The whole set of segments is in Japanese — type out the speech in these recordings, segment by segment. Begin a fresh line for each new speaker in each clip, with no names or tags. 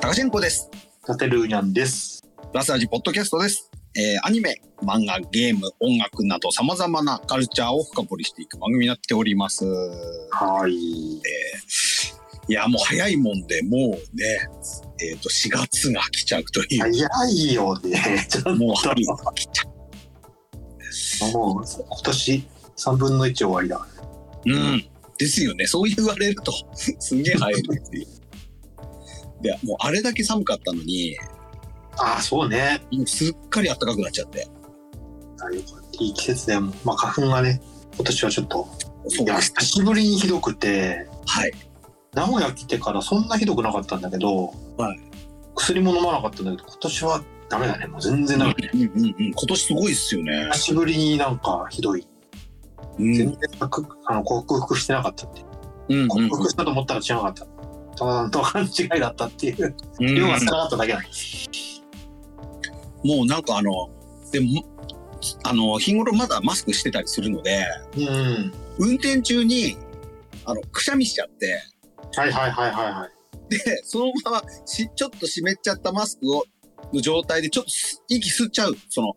タカシェンコです。
カテルーニャンです。
ラスアジポッドキャストです。えーアニメ、漫画、ゲーム、音楽など様々なカルチャーを深掘りしていく番組になっております。
はい。
いや、もう早いもんで、もうね、えっ、と、4月が来ちゃうという、
早いよね。 ちょっ
もう春が来ちゃ
ともう今年3分の1終わりだ。
う。うん。ですよね。そう言われると、 すんげえ早いですよ。で、もうあれだけ寒かったのに、
ああ、そうね。
もうすっかり暖かくなっちゃって。
あよかったいい季節だよ。まあ花粉がね、今年はちょっと、
そう
いや
で
久
す。
しぶりにひどくて、
はい。
名古屋来てからそんなひどくなかったんだけど、
はい
薬も飲まなかったんだけど、今年はダメだね。もう全然ダメ。
うんうんうん。今年すごいっすよね
久。しぶりになんかひどい。
うん。
全然克服あの克服してなかったっていう。
うんうん
克服したと思ったら違なかった。ただの勘違いだったっていう。
うん。
量が少なかっただけだ。
もうなんかあの、でも、あの、日頃まだマスクしてたりするので、
うん。
運転中に、あの、くしゃみしちゃって、
はいはいはいはいはい。
で、そのままし、ちょっと湿っちゃったマスクを、の状態で、ちょっとす息吸っちゃう。その、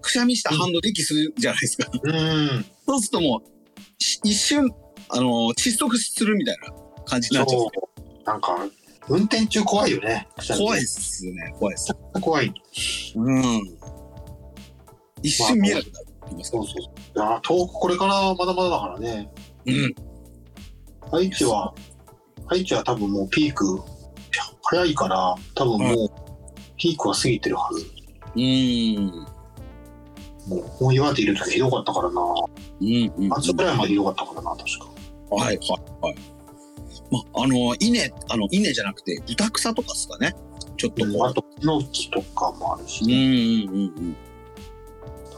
くしゃみした反動で息吸うじゃないですか。
うん。
そうするともう、し一瞬、あの、窒息するみたいな感じになっちゃう
そ。う。なんか、運転中怖いよね。
怖い
い。
ですね、怖いです。
怖い。
うん。一瞬見えなくなるって言いますか
そうそうそう。いやー、遠くこれからまだまだだからね。
うん。
愛知は、愛知は多分もうピーク、早いから、多分もう、ピークは過ぎてるはず。
うん。
もう、もう岩手いる時ひどかったからな。
うんうん。
夏ぐらいまでひどかったからな、確か。
はいはいはい。まあ、あの、稲、あの、稲じゃなくて、豚草とかですかね。ちょっと
うん、
こ
あと、ヒノキとかもあるし
う。うん
ね。
うんうん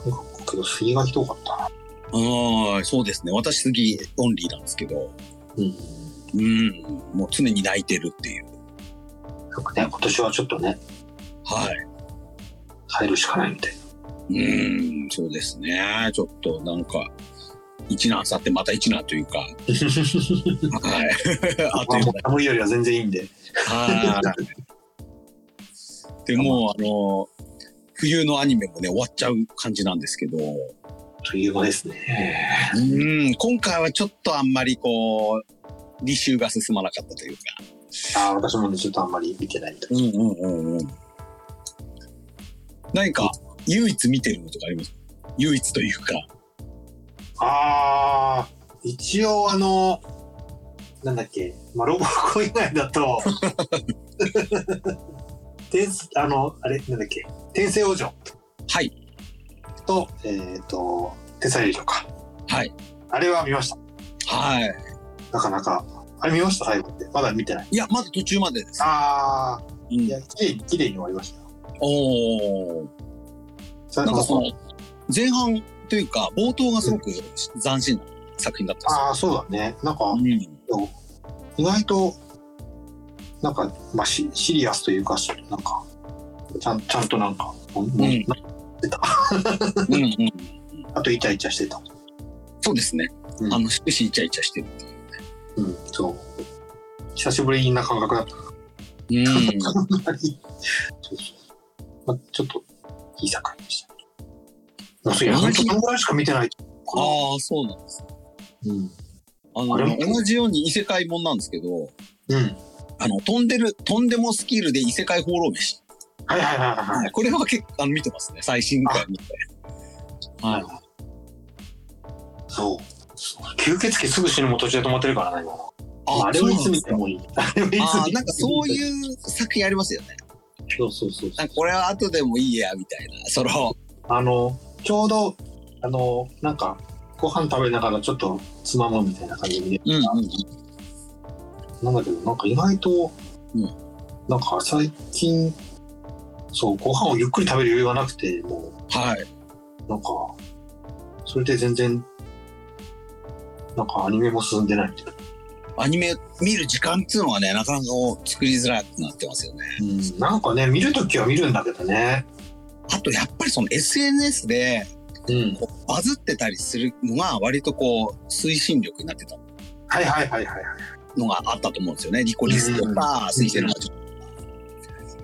とにかくけど、杉がひどかったな。
うん。はい、そうですね。私次、オンリーなんですけど、
うん。
うん、もう常に泣いてるっていう。
なんかね、今年はちょっとね、
は
入るしかないみたいな。
い。うん、そうですね。ちょっとなんか、一難去ってまた一難というか、はい。 あっと
まあ、
いう間
もう寒いよりは全然いいんで。
はい。でもう、あの、冬のアニメもね、終わっちゃう感じなんですけど、
冬場ですね。
うん、今回はちょっとあんまりこう、履修が進まなかったというか。
あー私もね、ちょっとあんまり見てないみたい。
うんうんうんうん。何か、唯一見てるのとかあります唯一というか。
あー、一応あの、なんだっけ、まあ、ロボコ以外だ と、天あの、あれ、なんだっけ、天聖王女
はい。
と、えっ、と、天才王女か。
はい。
あれは見ました。
はい。
なかなか。あれ見ました最後って。まだ見てない。
いや、まだ途中までです。
あ
う
ー、
ん
いや、綺麗に、綺麗に終わりましたよ。
おー
それ
なんかその、前半というか、冒頭がすごく斬新な作品だった
あー、そうだね。なんか、
んですよ。
意外となんか、まあ、シシリアスというかしなんかちゃんちゃんとなんか、もうもう
うんうん。うんうん。
あとイチャイチャしてた、
そうですね。
うん
あの、終始イチャイチャしてる。
うん、そう久しぶりな感覚だった
うん。
からそうそう、まあ、ちょっといい作品でしたねもうそういや
同
本
じ
当そのぐらいしか見てないあ、
ああ、そうなんです。
うん
あの、
あれも
同じように異世界もんなんですけど、
うん、
あの、飛んでる、飛んでもスキルで異世界放浪飯。
はいはいはいはい、
これは結構、あの、見てますね。最新回見て。はい。
そう吸血鬼すぐ死ぬも途中で止まってるからな今ああれ
そ
を
う
い
な
つ
んで
見
す
て
か
もいいあれを
あ
いつ見てもい
ーなんかそういう作品ありますよね。
そうそうそうそう
なんかこれは後でもいいや、みたいな。その、
あの、ちょうど、あの、なんか、ご飯食べながらちょっとつまむみたいな感じで、
うんうん
なんだけど、なんか意外と、
うん
なんか最近、そう、ご飯をゆっくり食べる余裕がなくて、も
はい。
う、なんか、それで全然、なんかアニメも進んでないみたいな。
アニメ見る時間っていうのはね、なかなかこう作りづらくなってますよね。
うん、なんかね、見るときは見るんだけどね。
あと、やっぱりその SNS で
うん。
こうバズってたりするのが割とこう推進力になってた
はいはいはいはいはい。
のがあったと思うんですよね。リコリスとか、水星の魔女とか。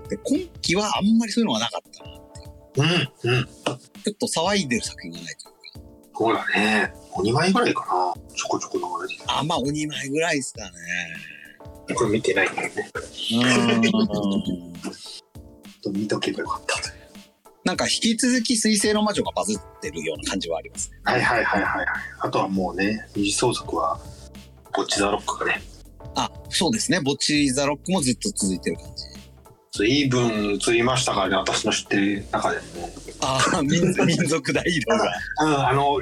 って、今期はあんまりそういうのがなかったな。
うん、うん。
ちょっと騒いでる作品がないという
そうだね。お2枚ぐらいかな。ちょこちょこ流れてき
か。あ、まあ、鬼前ぐらいですかね。
た。これ見てないんだよね。
うん。
ちょっと見とけばよかった。
なんか引き続き水星の魔女がバズってるような感じはありますね。
はいはいはいはいはい。あとはもうね、二次創作は、ゴッチザロックがね。
あ、そうですね。ぼっちザロックもずっと続いてる感じ。
随分映りましたからね、私の知ってる中でもね。
ああ、民民族大移動が。
うん、あの、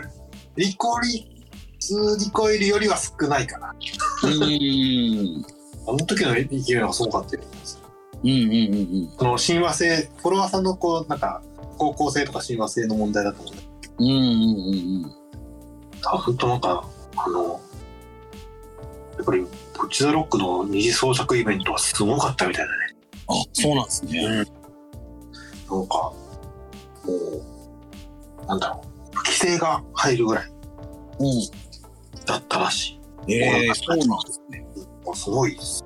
リコリ、普通リコイルよりは少ないかな。
うーん。
あの時の勢いのがすごかったよね。
うんうんうんうん。
その親和性、フォロワーさんのこう、なんか、方向性とか親和性の問題だと思うんだけ
うんうんうんうん。
ど、あ本当なんか、あの、やっぱり、ポチザロックの二次創作イベントはすごかったみたいだね。
あ、そうなんですね。
なんか、もう、なんだろう、規制が入るぐらい
うん。
だったらしい。
ええそうなんですね。
あすごいです、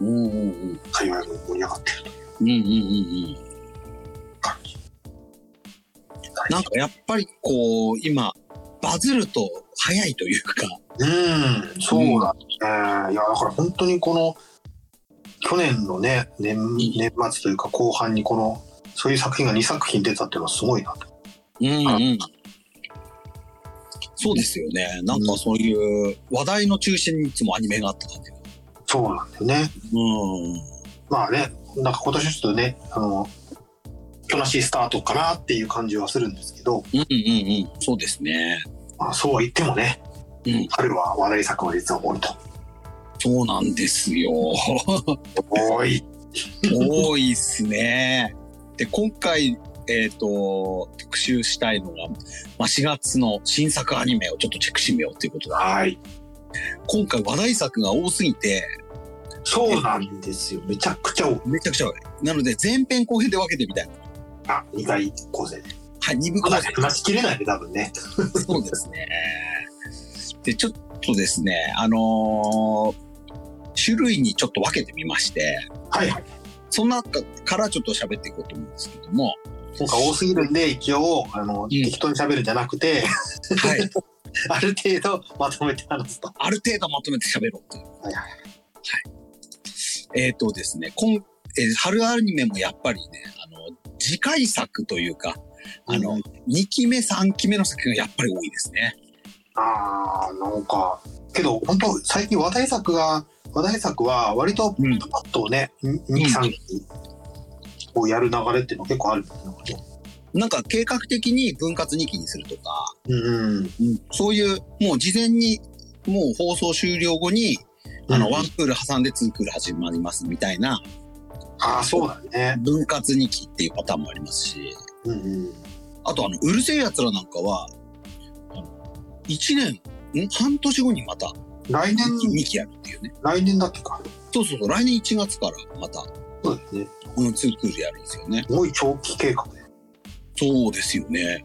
うんうんうん。
界隈も盛り上がってるという
うんうんうんうん。
感じ。
なんかやっぱりこう、今、バズると早いというか。
うん、そうだね。いや、だから本当にこの、去年のね、年年末というか後半にこの、そういう作品が2作品出たっていうのはすごいなと。
うんうん。そうですよね。なんかそういう話題の中心にいつもアニメがあった感じが。
そうなんだよね。
うん。
まあね、なんか今年ちょっとね、あの、おとなしいスタートかなっていう感じはするんですけど、
うんうんうん。そうですね。
まあ、そうは言ってもね、
うん
春は話題作は実は多いと。
そうなんです よ。
多い。
多いっすね。で、今回、えっ、と、特集したいのが、まあ、4月の新作アニメをちょっとチェックしてみようということだ。
はい。
今回話題作が多すぎて、
そうなんですよ。めちゃくちゃ多い。
めちゃくちゃ多い。なので、前編後編で分けてみたいな。
あ、2回構成で。
はい、二部
ま
構
だ
成。
話しきれないね、多分ね。
そうですね。で、ちょっとですね、あのー種類にちょっと分けてみまして、
はいはい。
その中からちょっと喋っていこうと思うんですけども、
今回多すぎるんで、一応、あの、適当に喋るんじゃなくて、
はい、
ある程度まとめて話すと。
ある程度まとめて喋ろうという。
はいは
はいえっ、とですね、今、えー春アニメもやっぱりね、あの、次回作というか、あの、
う
2期目、3期目の作品がやっぱり多いですね。
あー、なんか、けど、本当最近話題作が、話題作は割とパ
うん
ッとね、2期3期をやる流れっていうの結構あるんですよね。
なんか計画的に分割2期にするとか、
うんうん。
そういう、もう事前に、もう放送終了後に、あの、
うん
ワンクール挟んでツークール始まりますみたいな、
あー、そうだね。
分割2期っていうパターンもありますし、
うんうん。
あとあの、うるせえ奴らなんかは、1年、ん半年後にまた
来年、
2期やるっていうね。
来年だっけか。
そうそうそう、来年1月からまた、
そうですね。
うん、ツークールやるんですよね。
すごい長期計画で。
そうですよね。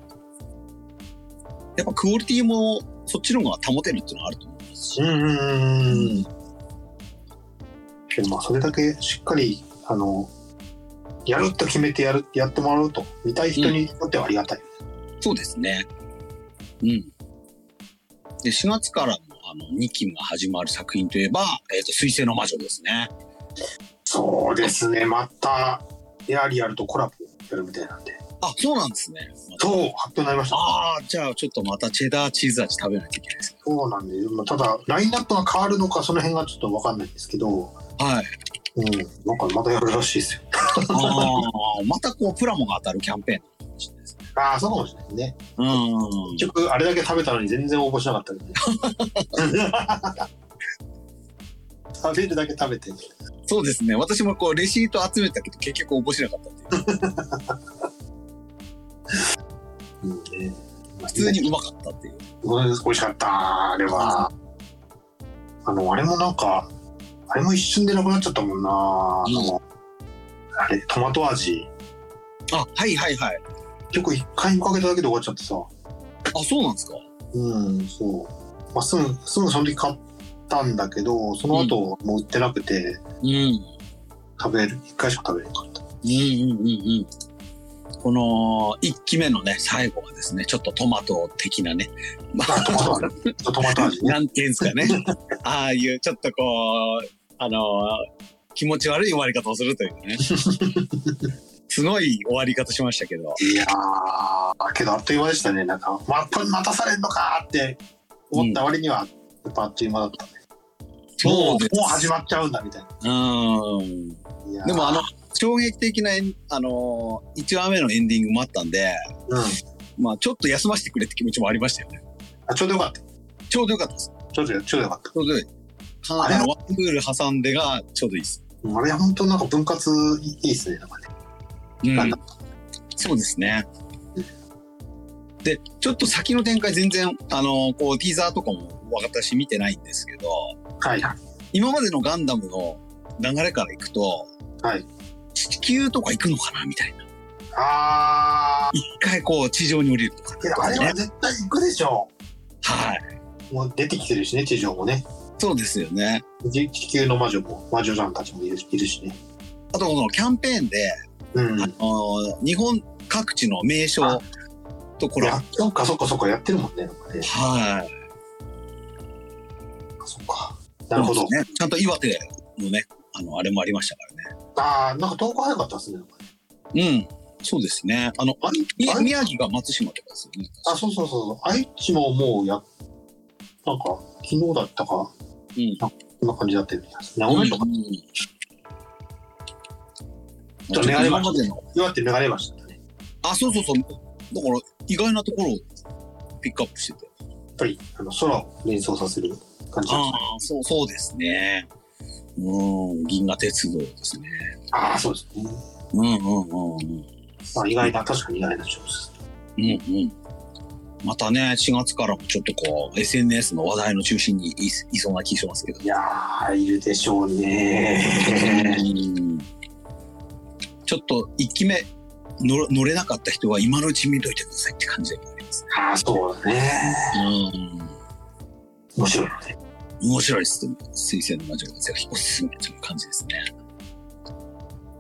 やっぱクオリティもそっちの方が保てるっていうのはあると思いますし。
うんうんうんうん。けどまあそれだけしっかりあのやると決めてやるやってもらうと見たい人にとってはありがたい。
そうですね。うん。で、4月からのあの2期が始まる作品といえば、えっ、と、水星の魔女ですね。
そうですね。またエアリアルとコラボやるみたいなんで。
あ、そうなんですね。また
そう発表になりました。
ああ、じゃあちょっとまたチェダーチーズ味食べなきゃいけないですね。
そうなんで、まあただラインナップが変わるのかその辺がちょっとわかんないんですけど、
はい。
うん、なんかまたやるらしいですよ。
ああ、 またこう、プラモが当たるキャンペーンなのかもしれないですね。
ああそうかもしれないね。
うん。
結局あれだけ食べたのに全然応募しなかったけどね。 食べるだけ食べて。
そうですね。私もこう、レシート集めたけど、結局応募しなかったっていう。
うんね、
普通にうまかったっていう。
うん美味しかったあれはあのあれもなんかあれも一瞬でなくなっちゃったもんなあの、あれトマト味
あ、はいはいはい。
結構一回見かけただけで終わっちゃってさ
あ、そうなんですか
うんそう、まあ、すぐすぐその時買ったんだけどその後もう売ってなくて
うん。
食べる一回しか食べれなかった
うんうんうんうん。この1期目のね、最後はですね、ちょっとトマト的なね、ま
あトマト味 ちょっとトマト味ね
なんていうんですかね。ああいう、ちょっとこう、あの気持ち悪い終わり方をするというね。すごい終わり方しましたけど。
いやーけどあっという間でしたねなんかまた待たされんのかーって思った割には、やっぱあっという間だったもうもう始まっちゃうんだみたいな
うん。
いやー
でもあの、衝撃的なエン、あのー、1話目のエンディングもあったんで、
うん
まあ、ちょっと休ませてくれって気持ちもありましたよね。
あちょうどよかった
ちょうどよかったです。
ちょうどよちょうどよかっ
ちょうどよい。カナダのワンクール挟んでがちょうどいいです。
たあれ本当なんか分割いいですねなんかね
う
なん
ん
だ。
そうですね。で、ちょっと先の展開全然、あの、こう、ティーザーとかも私見てないんですけど、
はいはい
今までのガンダムの流れからいくと、
はい
地球とか行くのかなみたいな。
あー
一回こう、地上に降りるとか、
けどあれは絶対行くでしょ
はい。
もう出てきてるしね地上もね
そうですよね。
地地球の魔女も魔女さんたちもいるいるしね
あと、このキャンペーンで、
うん
あの日本各地の名
あ
所とこ
い
ろ、
や
は
そっかそっかそっかやってるもんねなんか
い。
ねそっかなるほど、
そうですね。ちゃんと岩手のね、あの、あれもありましたからね。
ああなんか投稿早かったですねなんかね
うん、そうですね。あの、
あ
み
あ
宮城が松島とかですよね。
あそうそうそうそう愛知ももうやなんか昨日だったか
うん
こんな感じだったような気がする
う
名古
ん
屋とか
ち
ちょっと願いました
での。
岩手流れましたね
あ、そうそうそう。だから、意外なところをピックアップしてて。
やっぱりあの空を連想させる感じ
あ
あ
あ、そう、そうですね。うん、銀河鉄道ですね。
あーそうですね、
うんうんうんうん。
まあ、意外な確かに意外な調子です
うんうん。またね、4月からもちょっとこう、SNS の話題の中心にいいそうな気しますけど。
いやーいるでしょうね
うんちょっと1期目乗乗れなかった人は今のうち見といてくださいって感じでもありますね。
ああそうだね面白いね
うん、面白いです。水星の魔女がぜひおすすめという感じですね。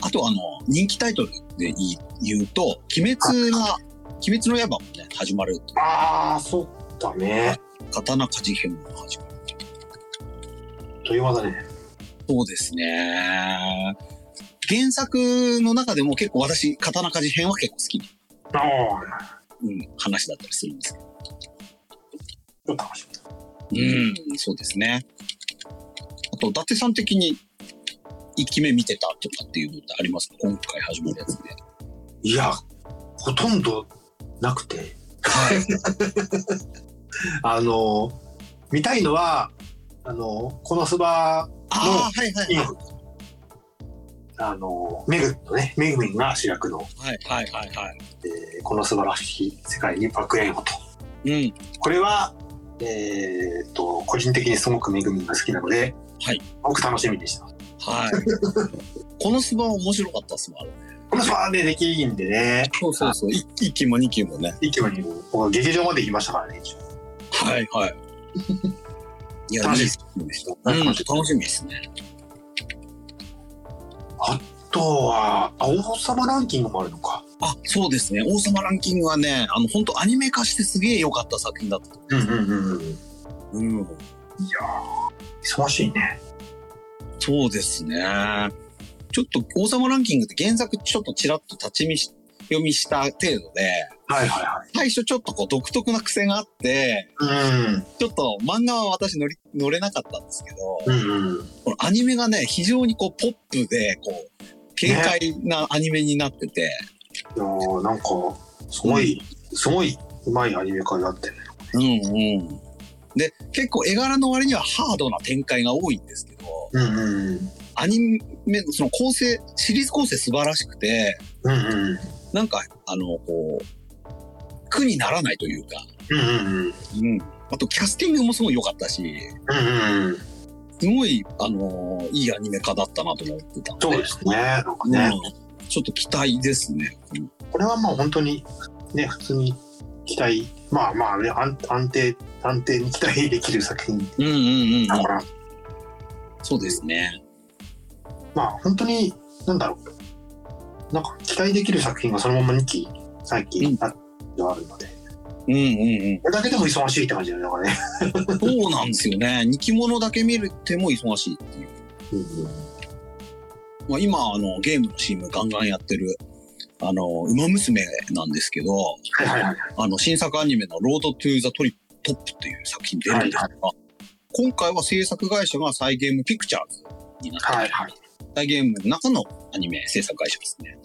あとあの、人気タイトルで言い言うと、鬼滅が、鬼滅の刃もね、始まると。
ああそうだね
刀鍛冶編も始まると。
あっという間だね
そうですね。原作の中でも結構私、刀鍛冶編は結構好きな、
ああ
うん、話だったりするんですけど
ちょっと楽しみだ
うん、そうですね。あと、伊達さん的に1期目見てたとかっていうのってありますか今回始まるやつで。
いやほとんどなくて
はい。
あの見たいのはあのこのスバ
ああ、はいはい
に
はい。
あのめぐのねめぐみんが主役の、
はいはいはいは
えーこの素晴らしい世界に爆炎をと
い。うん。
これはえーっと個人的にすごくめぐみんが好きなので、
はい
僕楽しみにしてます
はい。このスバ面白かったっすわ。
このスバねできいいんでね
そうそうそう。1期も2期もね。
一挙に僕は劇場まで行きましたからね一応
はいはい。いや、いい
楽しみ
ですね。うん、楽しみですね。
あとはあ王様ランキングもあるのか
あ、そうですね。王様ランキングはね、あの、本当アニメ化してすげえ良かった作品だった。
うんうんうんうん
うん。
忙しいね
そうですね。ちょっと王様ランキングって原作ちょっとちらっと立ち見し読みした程度で、
はいはいはい
最初ちょっとこう独特な癖があって、
うん
ちょっと漫画は私乗り乗れなかったんですけど、
うんうん
このアニメがね、非常にこうポップで、こう、軽快なアニメになってて、
いやーなんかすごい、すごいうまいアニメ化になってるね
うんうん。で、結構絵柄の割にはハードな展開が多いんですけど、
うんうん
アニメのその構成、シリーズ構成素晴らしくて、
うんうん
なんか、あの、こう、苦にならないというか、
うんうん
うん、あとキャスティングもすごい良かったし、
うんうん
すごい、あのーいいアニメ化だったなと思ってたので、
そうですねなんか
うん
ね、
ちょっと期待ですね。
これはまあ本当にね普通に期待まあまあね安安定安定に期待できる作品
うんうんうん、
だから、
そうですね。
まあ本当になんだろうなんか期待できる作品がそのまま2期、3期あってあるので、
うんうん
これだけでも忙しいって感じだよね、なんかね。
うん。そうなんですよね。人気者だけ見るても忙しいっていう。まあ、今、あの、ゲームの CM ガンガンやってる、あの、馬娘なんですけど、
はいはいはい。
あの、新作アニメのロードトゥーザトリトップっていう作品出るんですが、今回は制作会社がサイゲームピクチャーズになって、
はいはい。
サイゲームの中のアニメ制作会社ですね。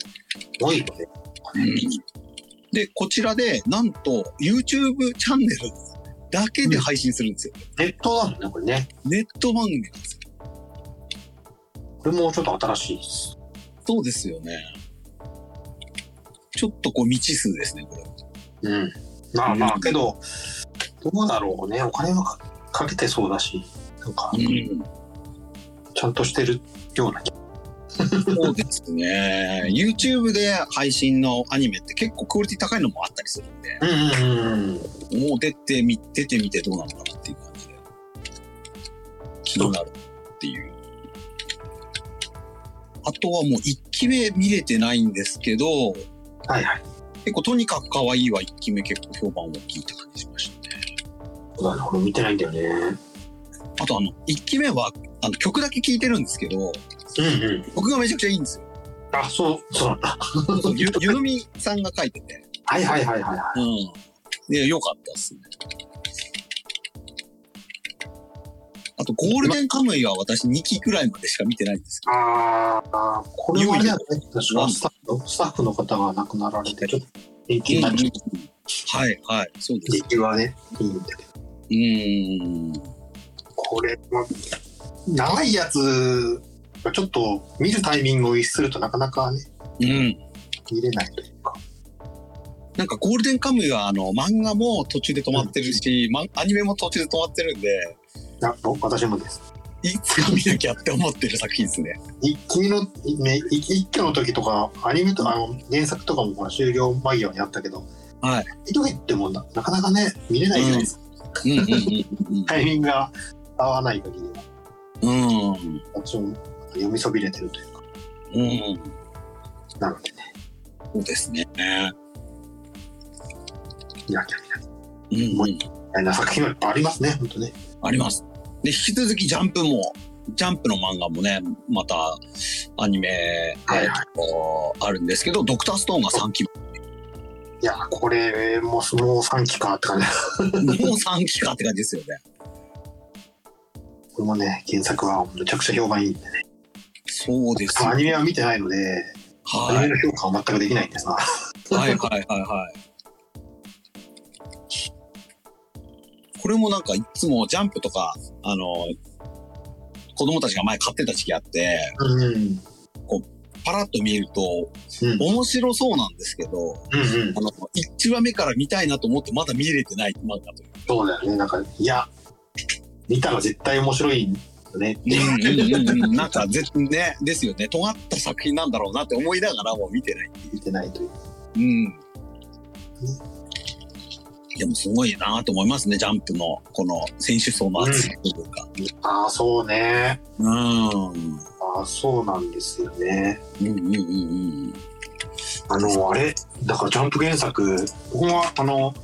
すごいよね。
で、こちらで、なんと、YouTube チャンネルだけで配信するんですよ。
ネットだもんね、これね。
ネット番組なんですよ。
これもちょっと新しいです。
そうですよね。ちょっとこう未知数ですね、これは。
うん。まあまあ、けど、どうだろうね。お金はかかけてそうだし、なんか、ちゃんとしてるような気
そうですね。YouTube で配信のアニメって結構クオリティ高いのもあったりするんで、
うんうんうんうん。
もう出てみ、出てみてどうなのかなっていう感じで、気になるっていう。あとはもう1期目見れてないんですけど、
はいはい。
結構とにかく可愛いは1期目結構評判大きいって感じしましたね。
そうだね、これ見てないんだよね。うん
あとあの、1期目はあの曲だけ聴いてるんですけど、
うん。
僕がめちゃくちゃいいんですよ。
あ、そう、そうなんだ。
ゆゆのみさんが書いてて。
はいはいはいはい。は
うん。で、良かったですね。あと、ゴールデンカムイは私2期くらいまでしか見てないんですけ
いああ、これはあれだよね。確かスタッフの、スタッフの方が亡くなられて、ちょっと人気
ど。
になっちゃっ
はい、はい、そう
た。
です
時期はね、いいんだけど。。
うーん。
これは、長いやつがちょっと見るタイミングを逸するとなかなかね、
うん。
見れないというか。
なんかゴールデンカムイはあの漫画も途中で止まってるし、まアニメも途中で止まってるんで、
あ僕私もです。
いつか見なきゃって思ってる作品ですね。
い君の、ね、い一挙の時とか、アニメとか、あの原作とかもほら終了間際にあったけど、
はい。
一時ってもうななかなかね、見れないじゃないですか。
うんうん
タイミングが合わない限りは、
うん。うん。
私も読みそびれてるというか、
うん。
なのでね、
そうですね。
いやいやいや、
うん、うん。
みたいな作品はいっぱいありますね、本当ね。
あります。で、引き続きジャンプも、ジャンプの漫画もね、またアニメ、
はい
えーとあるんですけど、ドクターストーンが3期
いや、これ、もうその3期かって感じ。
目。もう3期かって感じですよね。
これもね、原作はめちゃくちゃ評判いいんでね。
そうですよ
アニメは見てないので、アニ
は
メ
い。
の評価は全くできないんですが。
はいはいはいはい。これもなんかいつもジャンプとか、あの、子供たちが前買ってた時期あって、
うん。うん。
パラッと見ると、
うん
面白そうなんですけど、
うん。
あの、1話目から見たいなと思ってまだ見れてない漫画という
そうだよね。なんか、いや、見たら絶対面白いよね。
なんかぜ、ね、ですよね。尖った作品なんだろうなって思いながらも見てない。
見てないという。
うん。でもすごいなと思いますね、ジャンプの、この選手層の厚さというか。
ああ、そうね。
うん。
ああ、そうなんですよね。
うんうんうん
あの、あれ、だからジャンプ原作、僕は、あの、好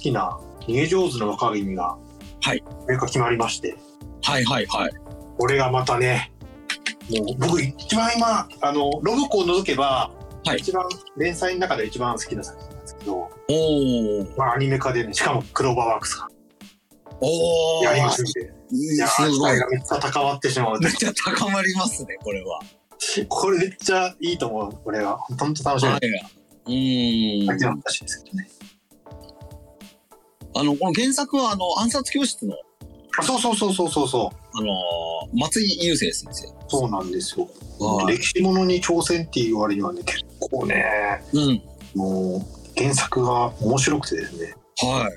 きな、逃げ上手の若君が、
はい。
これが決まりまして、
はいはいはい。
これがまたね、もう僕一番今、あの、ロブコを除けば、
はい
一番、連載の中で一番好きな作品なんですけど、
おー。
まあアニメ化でね、しかもクローバーワークスが
おー。
やりますんで、いやー、
す
期
ごい
待。がめっちゃ高まってしまう
めっちゃ高まりますね、これは。
これめっちゃいいと思う、これは。本当楽しみ。
はい。う
さっきの
ん。
話ですけどね。
あの、この原作は、あの、暗殺教室の、
あそうそうそうそうそうそう。
あのー松井優生先生。
そうなんですよ。
はい
歴史ものに挑戦っていう割にはね、結構ね、
うん。
もう原作が面白くてですね、
は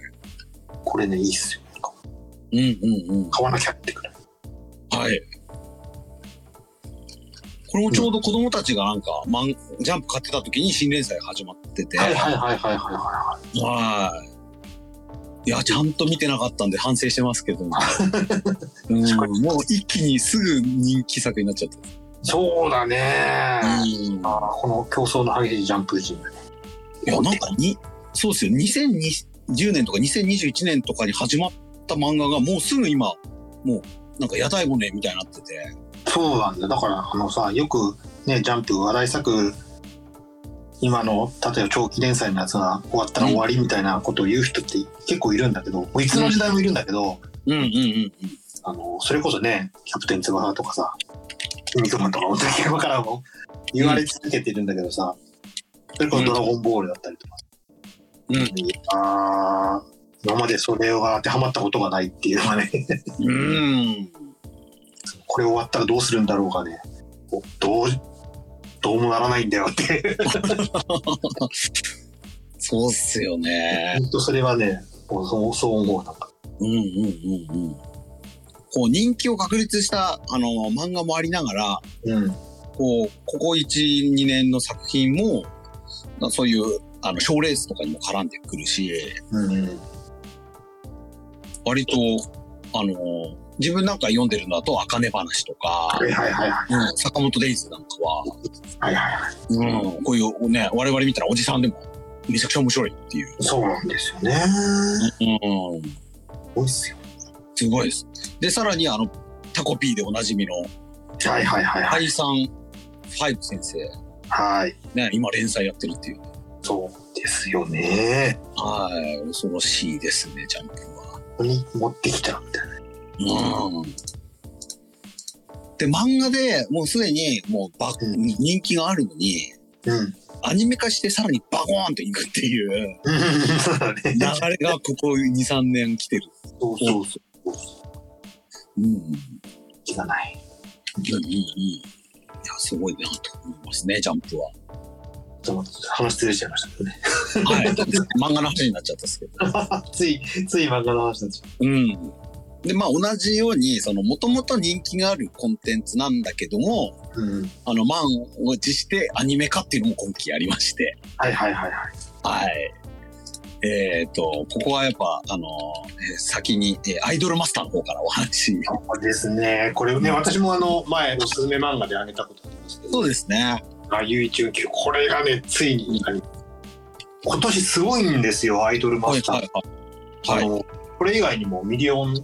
これね、いいっすよ。なんか
い。うんうんうん。
買わなきゃってくらい。
はい。これもちょうど子供たちがなんか、マンジャンプ買ってた時に新連載始まってて、
はい
は。
はいはいはいはいはい
いや、ちゃんと見てなかったんで反省 してますけど、うん、もう一気にすぐ人気作になっちゃった。
い。そうだね。
うん
あーこの競争の激しいジャンプ陣。
いや、なんかに、そうですよ。2020年とか2021年とかに始まった漫画がもうすぐ今、もう、なんか屋台骨みたいになってて。
そうなんだ。だから、あのさ、よくね、ジャンプ、話題作、今の、例えば長期連載のやつが終わったら終わりみたいなことを言う人って結構いるんだけど、もういつの時代もいるんだけど、
うんうんうん。
あの、それこそね、キャプテン翼とかさ、キミとかとか、お手玉からも言われ続けてるんだけどさ、それこそドラゴンボールだったりとか。
うん
いやー今までそれが当てはまったことがないっていうのはね、
うん。
これ終わったらどうするんだろうがね、おどう、どうもならないんだよって。
そうっすよね。
本当それはね、もうそうそう思うなんか。
うんうんうんうん。こう、人気を確立した、あの、漫画もありながら、
うん。
こう、ここ1、2年の作品も、なそういう、あの、賞レースとかにも絡んでくるし、
うん。
割と、あの自分なんか読んでるのだと、あかね話とか
は、いはいはいはい。
うん、坂本デイズなんかは、
はいはいは
うん、こういうね、我々見たらおじさんでも、めちゃくちゃ面白いっていう。
い。そうなんですよね。
うん、
多いっすよ。
すごいです。で、さらにあの、タコピーでおなじみの、
はいはいはいは
ハ
い。
イさん、ファイブ先生、
はい。
ね、今連載やってるっていう。
そうですよね。
はい、恐ろしいですね、ジャンプは。
ここに持ってきちゃうみたいな。
うん。で、漫画でもうすでに、もうバ、
うん
人気があるのに、
うん。
アニメ化してさらにバコーンといくっていう
そうだね
流。れがここ2、3年来てる。
そうそうそう。
うん。
気がない。
うんうんうん。いや、すごいなと思いますね、ジャンプは。
ちょっと話ずれちゃいましたけどね。
はい。漫画の話になっちゃったですけど。
つい、つい漫画の話になっちゃ
うん。で、まあ同じように、その、もともと人気があるコンテンツなんだけども、
う。うん。
あの、満を持してアニメ化っていうのも今期ありまして。
はいはいはいはい。
はい。えっ、と、ここはやっぱ、あの、えー先に、えーアイドルマスターの方からお話。
そうですね。これね、私もあの、前、おすすめ漫画であげたことありますけど、
そうですね。
あ、ゆういちゅんきゅうこれがね、ついに、今年すごいんですよ、アイドルマ
はい
スター。
はい
あ
はい。はい。
のこれ以外にもミリオン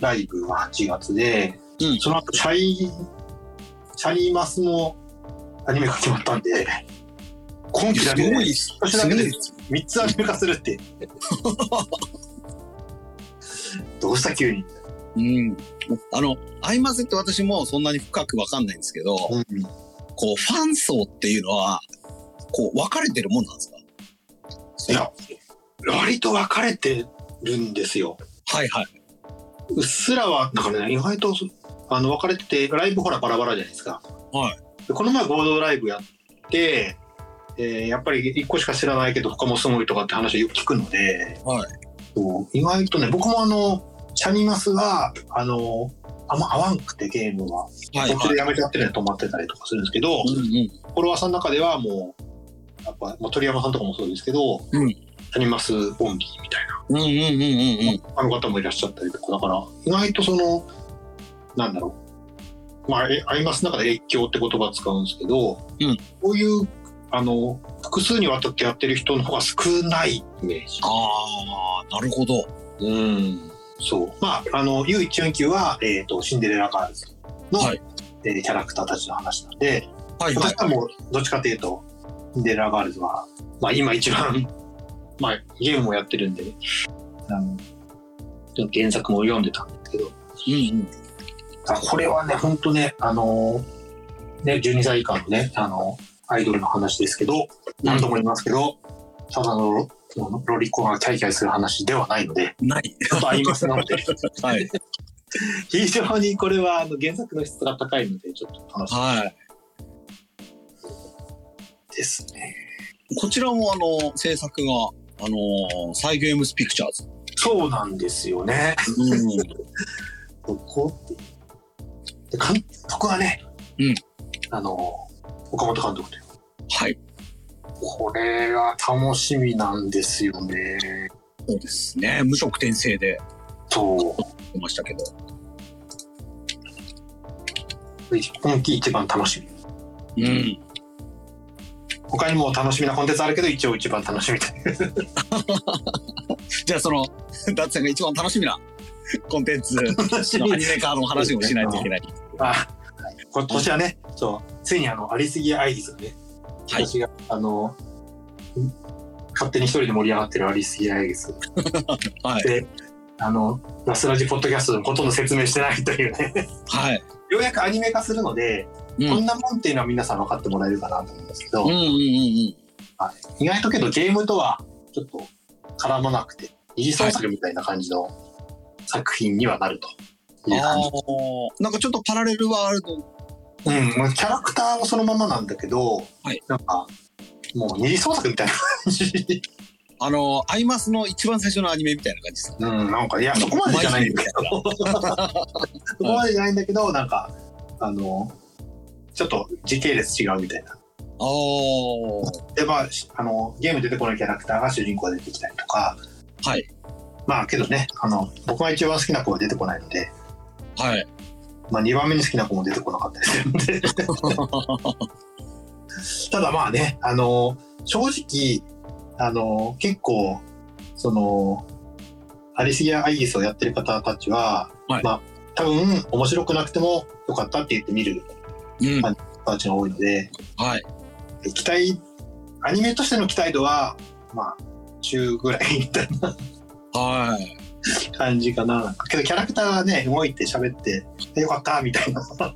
ライブは8月で、
うん
その後シャイシャイマスもアニメが決まったんで今期
す
だけで
ご
ね
い、す
今年だ
ご
けで
い。
3つアニメ化するって どうした急に、
うん。あの、アイマスって私もそんなに深くわかんないんですけど、こう、ファン層っていうのは、こう、分かれてるもんなんですか
いや割と分かれてるんですよ
はいは
うっすらはなんかね意外とあの分かれててライブほらバラバラじゃないですか、、
はい
この前合同ライブやって、えーやっぱり一個しか知らないけど他もすごいとかって話をよく聞くので、
はい
そう意外とね僕もあのシャニマスはあのあんま合わんくてゲームは
はい。はい
途
は
中で
い。
やめちゃってね止まってたりとかするんですけど、
うんうん。
フォロワーさんの中ではもうやっぱ、まあ、鳥山さんとかもそうですけど、
うん
シャニマスボンギーみたいな。
うんうんうんうんうん。
あの方もいらっしゃったりとか、だから、意外とその、なんだろう。まあ、えアイマスの中で越境って言葉を使うんですけど、
うん
こういう、あの、複数にわたってやってる人の方が少ないイメージ。
あー、なるほど。
うん。そう。まあ、あの、U149 は、えっ、と、シンデレラガールズの、
はい
えーキャラクターたちの話なんで、
はいはい
私。はもう、どっちかというと、シンデレラガールズは、まあ、今一番、まあ、ゲームをやってるんで、あの原作も読んでたんですけど、
うんうん。
あこれはね、本当ね、あのーね、12歳以下のね、あのアイドルの話ですけど、何度も言いますけど、ただのロロリコンがキャイキャイする話ではないので、
ない。
ちょっとありますな ので、
はい。
非常にこれはあの原作の質が高いので、ちょっと楽し
はい。
みですね。
こちらもあの、制作が、あのーサイゲームスピクチャーズ。
そうなんですよね。
うん。
ここで監督はね、
うん
あの岡本監督という。
はい。
これが楽しみなんですよね。
そうですね。無色転生で
そう。
出ましたけど。
今季一番楽しみ。
うん。
他にも楽しみなコンテンツあるけど、一応一番楽しみという。
じゃあその、 ダッツさんが一番楽しみなコンテンツ
楽し
のアニメ化の話をしないといけない。
あ、こ今年はね、そう、ついにあの、アリスギアアイリスがね、
はい
私が、あの、ん勝手に一人で盛り上がってるアリスギアアイリス。
はい。
で、あの、ラスラジポッドキャストのほとんど説明してないというね、
はい。
ようやくアニメ化するので、
うん
こんなもんっていうのは皆さん分かってもらえるかなと思うんですけど、
うんうんうん
意外とけどゲームとはちょっと絡まなくて、二次創作みたいな感じの作品にはなると
うん。
いう感
あ
じ。
あ。なんかちょっとパラレルワールド。
うん、まあキャラクターもそのままなんだけど、
はい
なんか、もう二次創作みたいな感じ。
あの、アイマスの一番最初のアニメみたいな感じですか
うん、なんか、いや、そこまでじゃないんだけど、 そこまでじゃないんだけど、なんか、あの、ちょっと時系列違うみたいな。
ああ。
で、まあ、しあの、ゲーム出てこないキャラクターが主人公が出てきたりとか、
はい。
まあ、けどね、あの、僕が一番好きな子は出てこないので、
はい。
まあ、2番目に好きな子も出てこなかったでする んでただまあね、あの正直、あの結構そのアリスギア・アイギスをやってる方たちは、
はい
まあ、多分面白くなくてもよかったって言って見る
うん。
はい人たちが多いので
はい。
期待アニメとしての期待度はまあ中ぐらいみたいな
はい。
感じかなけどキャラクターがね動いて喋ってよかったみ たいな感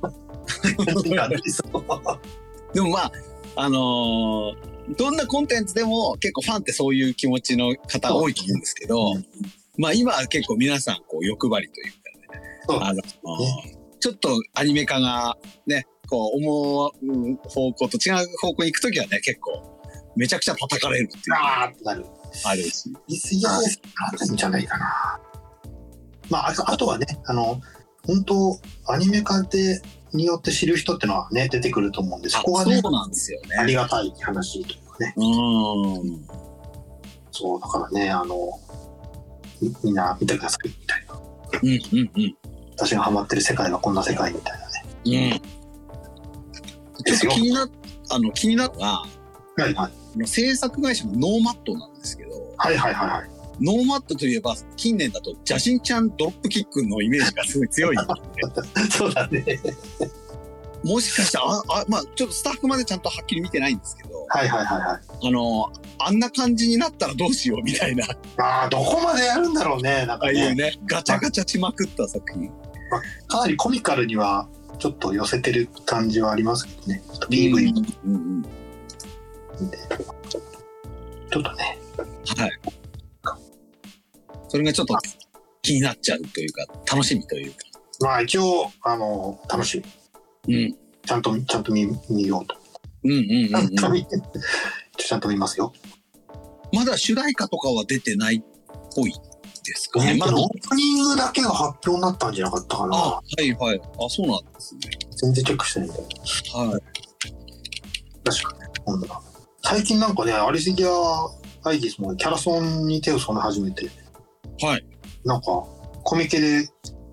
じになりそう。
でもまあ、あのーどんなコンテンツでも結構ファンってそういう気持ちの方多いと思うんですけど、
う
まあ今は結構皆さんこう欲張りという
そう
かね、あのーちょっとアニメ化がね、こう思ううん方向と違う方向に行くときはね、結構めちゃくちゃ叩かれるっていうのが
あーってなる。
あるし。
いすぎですあるんじゃないかな。まあ、あとあとはね、あの、本当アニメ化でによって知る人ってのはね、出てくると思うんで、そこがね
あ、そうなんですよ
あ
ね。
りがたい話というかね。
うん。
そう、だからね、あの、みみんな見てくださいみたいな。
うんうんうん。
私がハマってる世界はこんな世界みたいなね。
うん。ちょっと気になっ、あの、気になったのが、
はいはい。
あの制作会社のノーマットなんですけど、
はいはいはいはい。
ノーマットといえば、近年だと、邪神ちゃんドロップキックのイメージがすごい 強いんで、
そうだね。
もしかしたら、ああまあ、ちょっとスタッフまでちゃんとはっきり見てないんですけど、
はいはいはいはい。
あの、あんな感じになったらどうしようみたい な、
まあ、どこまでやるんだろうね。なん
あ
か
あい
ね
う、ね、ガチャガチャしまくった作品。
かなりコミカルには、ちょっと寄せてる感じはありますけどね。ちょっと PV も
うんうんうん
ちょっとね、
はい。それがちょっと気になっちゃうというか、楽しみというか。
まあ一応、あの、楽しみ。
うん。
ちゃんと、ちゃんと見見ようと。
うんうんうん、うん。
ちゃんと見ちゃんと見ますよ。
まだ主題歌とかは出てないっぽいですかね。
えっ
ま
と
だ
オープニングだけが発表になったんじゃなかったか
あ、
な
は。いはい。あ、そうなんですね。
全然チェックしてないんだよ。
はい。
確かね。今度は最近なんかね、アリスギア・アイギスもキャラソンに手を染め始めて、
はい。
なんかコミケで、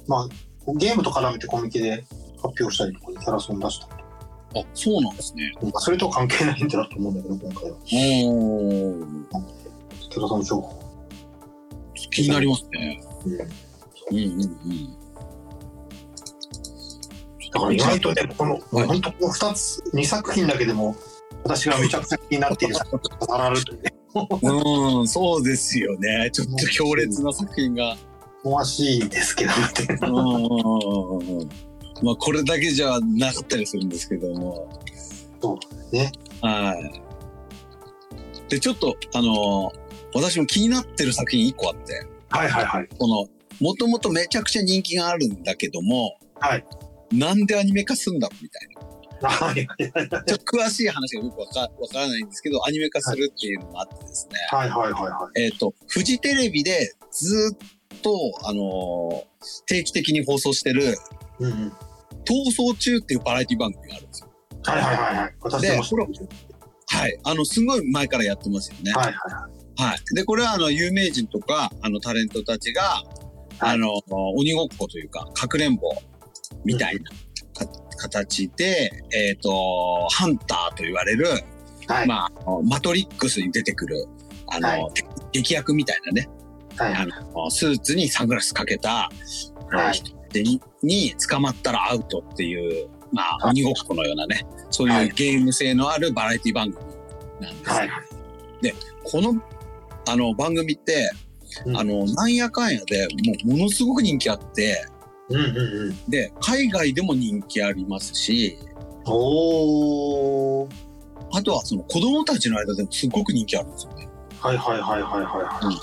まあゲームと絡めてコミケで発表したりとか、キャラソン出したり
あ、そうなんですね。
とか、それとは関係ないんだなと思うんだけど、今回は。
おー
キャラソン情報。
気になりますね。
うん
うんうんうん。
だから意外とね、この、
はい
本当この2つ、2作品だけでも、私がめちゃくちゃ気になっている作品が並ぶというね、
うん、そうですよね。ちょっと強烈な作品が。
思わしいんですけど、みたいな
うんうんうんうん。まあ、これだけじゃなかったりするんですけども。
そうね。
はい。で、ちょっと、あのー私も気になってる作品1個あって。
はいはいはい。
この、もともとめちゃくちゃ人気があるんだけども、
はい。
なんでアニメ化すんだろうみたい
はいはいはい
な。ちょっと詳しい話がよくわかわからないんですけど、アニメ化するっていうのがあってですね。
はいはいは
えっ、と、フジテレビでずっと、あのー定期的に放送してる、
い。うんうん。
逃走中っていうバラエティ番組があるんですよ。
はいはいはいはい。私でも知ってる
はい。あの、すごい前からやってますよね。
はいはいは
はい。で、これはあの、有名人とか、あの、タレントたちが、あの、鬼ごっこというか、かくれんぼみたいなか形で、えっ、と、ハンターと言われる、
はい。
まああの、マトリックスに出てくる、あの、
はい
敵敵役みたいなね、
はい。
あの、スーツにサングラスかけた、えー
はい
人にに捕まったらアウトっていう、まあ、
は
鬼
い
ごっこのようなね、そう
はいいう
ゲーム性のあるバラエティ番組なんです、
はい。
この、あの、番組って、
うん
あの、なんやかんやでもう、ものすごく人気あって、
うんうんうん。
で、海外でも人気ありますし、
おー。
あとはその子供たちの間でもすごく人気あるんですよね。
はいはいはいはいはいはい。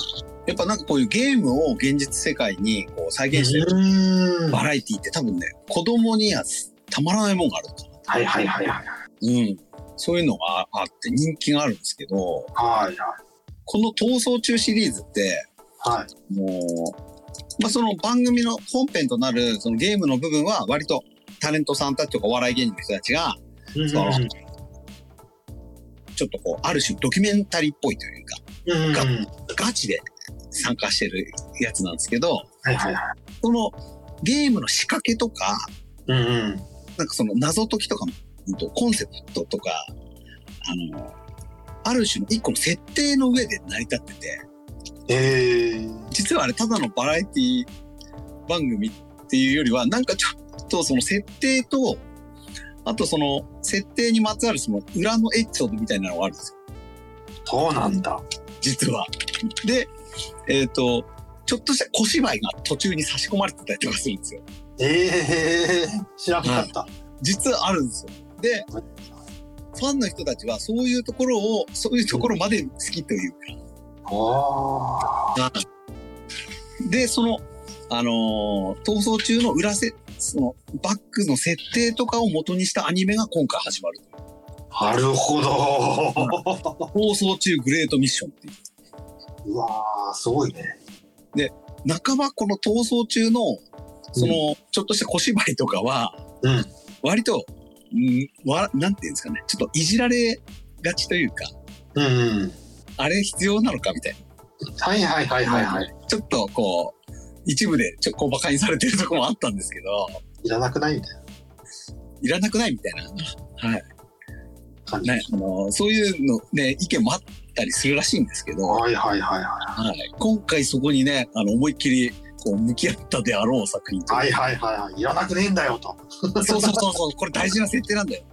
やっぱなんかこういうゲームを現実世界にこう再現してる
うん。
バ
はい
ラエティって多分ね、子供にはたまらないもんがあると思。
はいはいはい。はいう
うん。そういうのがあって人気があるんですけど、
はい。
この逃走中シリーズって、
はい。
もう、まあ、その番組の本編となるそのゲームの部分は割とタレントさんたちとかお笑い芸人の人たちが、
うん
そのちょっとこう、ある種ドキュメンタリーっぽいというか、
うんうんうん。
ガチで参加してるやつなんですけど、
はいはいはい。
そのゲームの仕掛けとか、
うんうん。
なんかその謎解きとかも、うんとコンセプトとか、あの、ある種の一個の設定の上で成り立ってて、
えー。
実はあれただのバラエティ番組っていうよりは、なんかちょっとその設定と、あとその設定にまつわるその裏のエピソードみたいなのがあるんですよ、
そうなんだ。
実は。で、えっ、と、ちょっとした小芝居が途中に差し込まれてたりとかするんですよ。
えー。知らなかった。
実はあるんですよ。で、ファンの人たちはそういうところを、そういうところまで好きというか、
おー。
で、その、あのー逃走中の裏せ、その、バックの設定とかを元にしたアニメが今回始まる。
なるほど。
逃走中グレートミッションっていう。
うわー、すごいね。
半ばこの逃走中の、その、ちょっとした小芝居とかは、
うん
割と、うんわ、なんていうんですかね、ちょっといじられがちというか、
うんうん。
あれ必要なのかみたい
はいはいはい
な。
はいはい。
ちょっとこう、一部でちょっと馬鹿にされてるとこもあったんですけど、
いらなくないみたい
いらなくないみたいな。
な感じ。
ね、あのそういうの、ね、意見もあったりするらしいんですけど、は、
はいはいはいはい
今回そこにねあの思いっきりこう向き合ったであろう作品と、
い。はいはいはいはい。いらなくねえんだよと。
そうそうそうそうこれ大事な設定なんだよ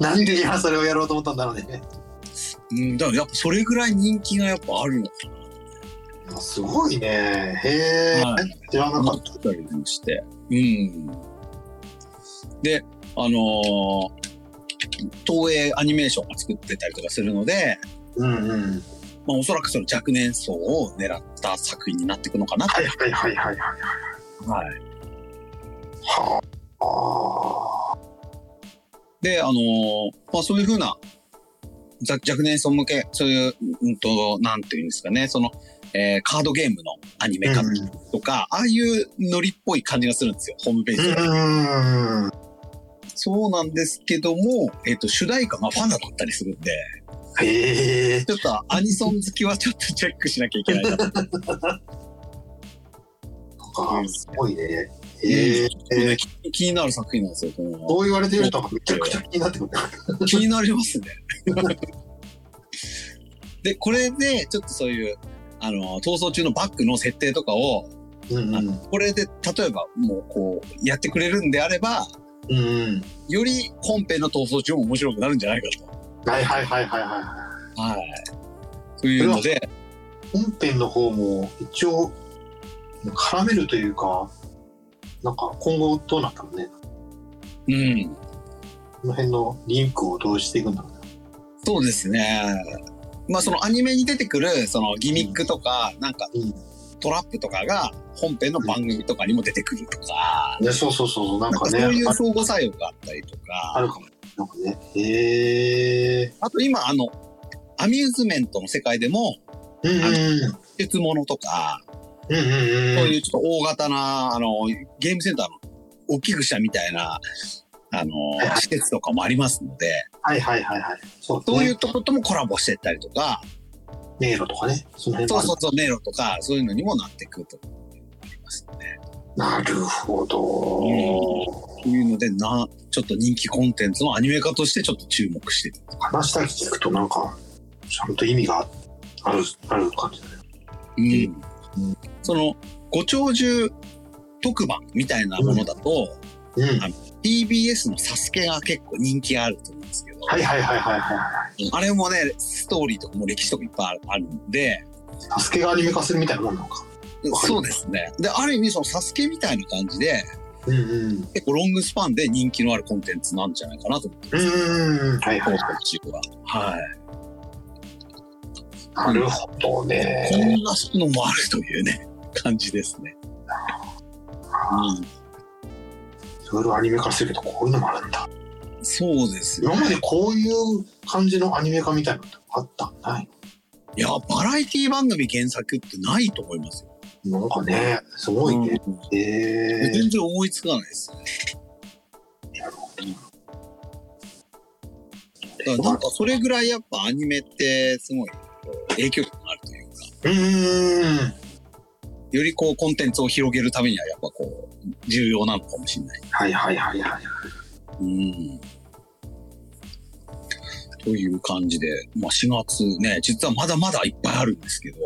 なんで今それをやろうと思ったんだろうね。
うんだからやっぱそれぐらい人気がやっぱあるのか
いやすごいね。へえ
は。
知らな
なと
かっ
思ったりもしてうんであのー東映アニメーションが作ってたりとかするので、
た。うんうん。
まあ、おそらくその若年層を狙った作品になっていくのかな
はいはいはいはいはい。
はい、
はあ。あ
で、あのーまあ、そういうふうな、ざ若年層向け、そういう、うんと、なんていうんですかね、その、えーカードゲームのアニメ化
うん
とか、ああいうノリっぽい感じがするんですよ、ホームページ
ー
で。
うん。
そうなんですけども、えっ、と、主題歌がファンだったりするんで、
へえ。
ちょっとアニソン好きはちょっとチェックしなきゃいけないなと。
なんか すごいね。
うん
へえ。
気気になる作品なんですよ、この。
そう言われてみるとめちゃくちゃ気になってくる。
気になります ね。で、これで、ちょっとそういう、あの、逃走中のバックの設定とかを、
うんうん。
これで、例えば、もう、こう、やってくれるんであれば、
うんうん。
より本編の逃走中も面白くなるんじゃないか
はいはいはいはいはい。
と。はい。というので、
本編の方も一応絡めるというかなんか今後どうなったのね
うん。
この辺のリンクをどうしていくんだろうね
そうですね。まあ、そのアニメに出てくる、そのギミックとか、なんか
うん、
トラップとかが、本編の番組とかにも出てくるとか、
ねそうそうそうそうなん
なん
か
か
ね
そういう
あ
相互作用があったりとか。
あるかもなんかねへえ
あと今、あの、アミューズメントの世界でも、
うんうん
施設物とか、
うんうん
そう
うん
いうちょっと大型な、あの、ゲームセンターの大きくしたみたいな、あの
いは、い
施設とかもありますので、
はいはいはいはいそう
そう
ね
いうとこともコラボしてったりとか、
迷路とかねその辺
そ
も
う
ある
そうそう、迷路とか、そういうのにもなってくると思いますね。
なるほど。
というので、な、ちょっと人気コンテンツのアニメ化としてちょっと注目してる。
話だけ聞くとなんか、ちゃんと意味がある、ある感じだね。
うん。その、ご長寿特番みたいなものだと、
うん。
はい TBS のサスケが結構人気あると思うんですけど、
はいはいはいはいは
あれもね、ストーリーとかも歴史とかいっぱいあるあるんで、
い。サスケがアニメ化するみたいなもんなのか。わかります
そうですね。で、ある意味、そのサスケみたいな感じで、
うんうん。
結構ロングスパンで人気のあるコンテンツなんじゃないかなと思って
う
ます。
ん。はい
この
はいはい。
特集は。はい。
なるほどね。
こんなのもあるというね、感じですね。
いろいろアニメ化するとこういうのもあるんだ。
うん、そうですよ。
今までこういう感じのアニメ化みたいなのってあったない
いや、バラエティ番組原作ってないと思いますよ。
なんかね、すごいね。
うん
へえ
全然思いつかないです。
なるほど
だからなんかそれぐらいやっぱアニメってすごい影響力があるというか、
うーん。
よりこうコンテンツを広げるためにはやっぱこう、重要なのかもしれない。
はいはいはいはい。
うんという感じで、まあ、4月ね、実はまだまだいっぱいあるんですけど、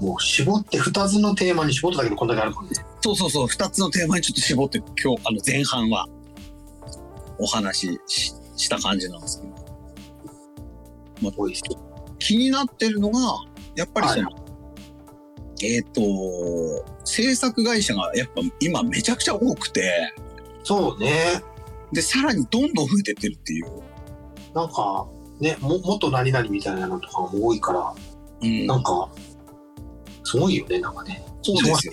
もう絞って2つのテーマに絞っただけでこんだけあるからね。
そうそうそう、2つのテーマにちょっと絞って、今日、あの前半はお話ししした感じなんですけど、
多いです
気になってるのが、やっぱりその、えっ、と、制作会社がやっぱ今めちゃくちゃ多くて、
そうね。
で、さらにどんどん増えてってるっていう。
なんか、ね、も、元何々みたいなのとかも多いから、
うん
なんか、すごいよね、なんかね。
そうですよ、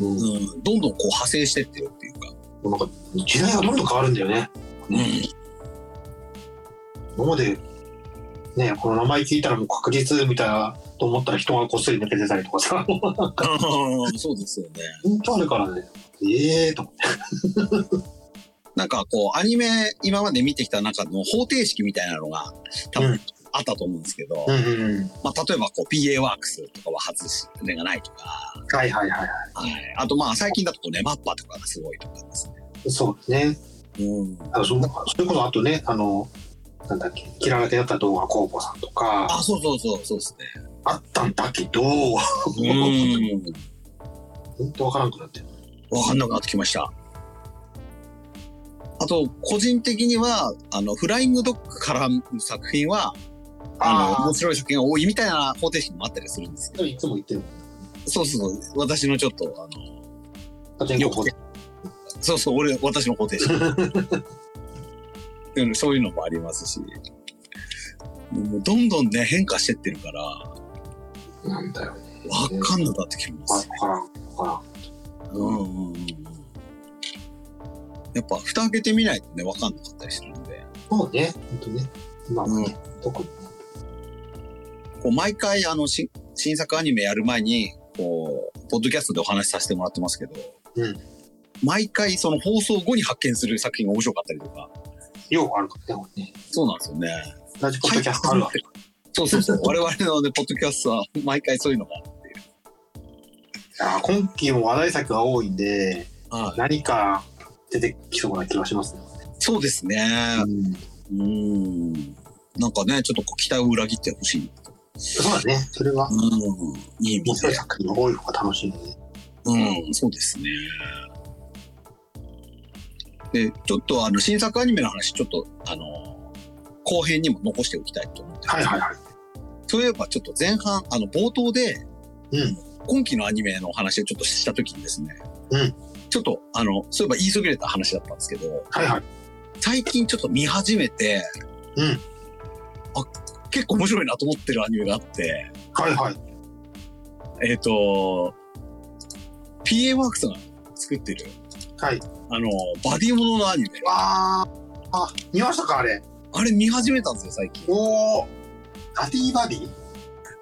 うん。
うん。どんどんこう派生してってるっていうか。
なんか、時代がどんどん変わるんだよね。
うん
今まで、ね、この名前聞いたらもう確実みたいなと思ったら人がこっそり抜けてたりとか
あ
さ、
あ、そうですよね。
本当あるからね。ええー、と思って。
なんかこう、アニメ、今まで見てきた中の方程式みたいなのが、多
う
分
ん
あったと思うんですけど、
うんうんうん。
まあ、例えばこう、PA ワークスとかは外す目がないとか、
はいはいはいは
はい。あとまあ、最近だとこう、ネマッパとかがすごいとかですね。
い。そうですね。
うん。
あそそれこそあとね、あの、なんだっけ、嫌われてやった動画工房さんとか、
あ、そうそうそう、そうですね。
あったんだけど、
うん。
本当わからんくなってる。
わかんなくなってきました。あと、個人的には、あの、フライングドッグからの作品は、あの、
あ
面白い作品が多いみたいな方程式もあったりするんですけ
あ、いつも言ってる
ど、そうそうそう、私のちょっと、あの、
もん。
よくそうそう、俺、私の方 程式。うんそういうのもありますし。もうどんどんね、変化してってるから、わ
なんだよね。
かんなくなってきま
わ
す。
からん、わからん。
うんうんうんうん。やっぱ、蓋開けてみないとね、わかんなかったりするんで、
そうね、本当ね。まあ、
うん
特にね。
こう、毎回、あの、し新作アニメやる前に、こう、ポッドキャストでお話しさせてもらってますけど、
うん
毎回、その放送後に発見する作品が面白かったりとか、
ようあるからね、これね。
そうなんですよね。
同じポッドキャストあるわ。
そうそう そう。我々のね、ポッドキャストは毎回そういうのが。
あー今期も話題作が多いんで、
はい。
何か出てきそうな気がしますね。
そうですね。
うん
うん。なんかね、ちょっとこう期待を裏切ってほしい。
そうだね、それは。
うん。いい意
面
味
白い
で。
作品が多い方が楽しいので。
うん、そうですね。で、ちょっとあの、新作アニメの話、ちょっと、あの、後編にも残しておきたいと思ってます。
はいはいはい。
そういえば、ちょっと前半、あの、冒頭で、
うん
今期のアニメの話をちょっとしたときにですね、
うん
ちょっと、あの、そういえば言いそびれた話だったんですけど、
はいはい。
最近ちょっと見始めて、
うん
あ、結構面白いなと思ってるアニメがあって、
はいはい。
えっ、と、PA ワークスが作ってる、
はい。
あの、バディもののアニメ。
わあ、あ、見ましたかあれ。
あれ見始めたんですよ、最近。
おお。バディバディ。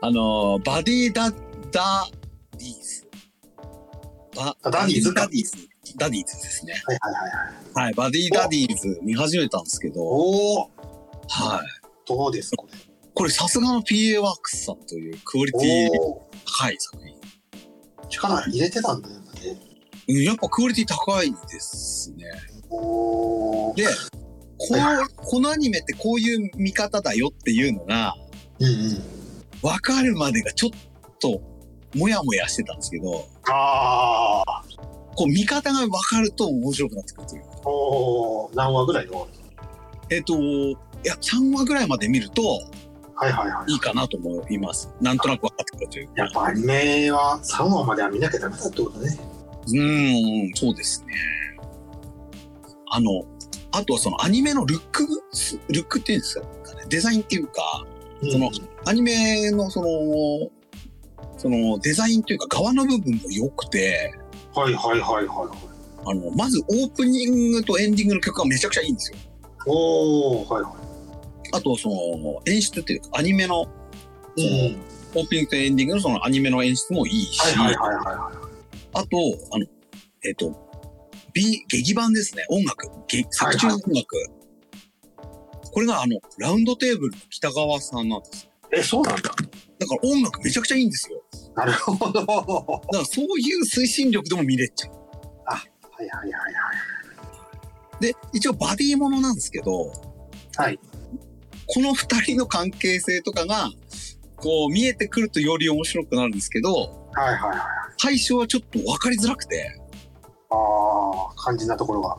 あの、バディダ、ダディーズ。バ
あダディーズか
ダディーズ。ダディーズですね。
はいはいはいはい。
はい、バディダディーズ見始めたんですけど、
おお。
はい。
どうですこれ。
これさすがの PA ワークスさんというクオリティ
おお。
高い作品。
力入れてたんだよね。
うんやっぱクオリティ高いですね。
おー
で、こう、このアニメってこういう見方だよっていうのが、
うんうん。
わかるまでがちょっと、もやもやしてたんですけど、
ああ。
こう見方がわかると面白くなってくるという。
おー何話ぐらいの
えっ、と、いや、3話ぐらいまで見ると
はいはいはい。
いいかなと思います。なんとなく分かってくるという。
やっぱアニメは3話までは見なきゃダメだってことね。
うーん、そうですね。あの、あとはそのアニメのルック、ルックっていうんですかね、デザインっていうか、そのアニメのその、そのデザインというか側の部分も良くて、
はいはいはいはいはい。
あの、まずオープニングとエンディングの曲がめちゃくちゃいいんですよ。
おおはいは
あと、その演出っていうか、アニメの、オ
い。うん。
ープニングとエンディングのそのアニメの演出もいいし、
はいはいはいはいは
あと、あの、えっ、と、B、劇版ですね、音楽、劇作中音楽。これがあの、ラウンドテーブルの北川さんなんです。
い。え、そうなんだ。
だから音楽めちゃくちゃいいんですよ。
なるほど。は
だからそういう推進力でも見れちゃう。
いはいはいはい。
で、一応バディものなんですけど、
はい。
この二人の関係性とかが、こう見えてくるとより面白くなるんですけど、
はいはいはい。
最初はちょっと分かりづらくて、
ああ、肝心なところが。